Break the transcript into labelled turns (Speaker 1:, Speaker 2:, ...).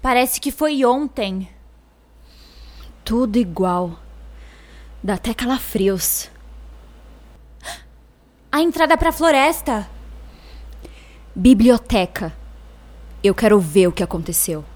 Speaker 1: Parece que foi ontem.
Speaker 2: Tudo igual. Dá até calafrios.
Speaker 1: A entrada pra floresta.
Speaker 2: Biblioteca. Eu quero ver o que aconteceu.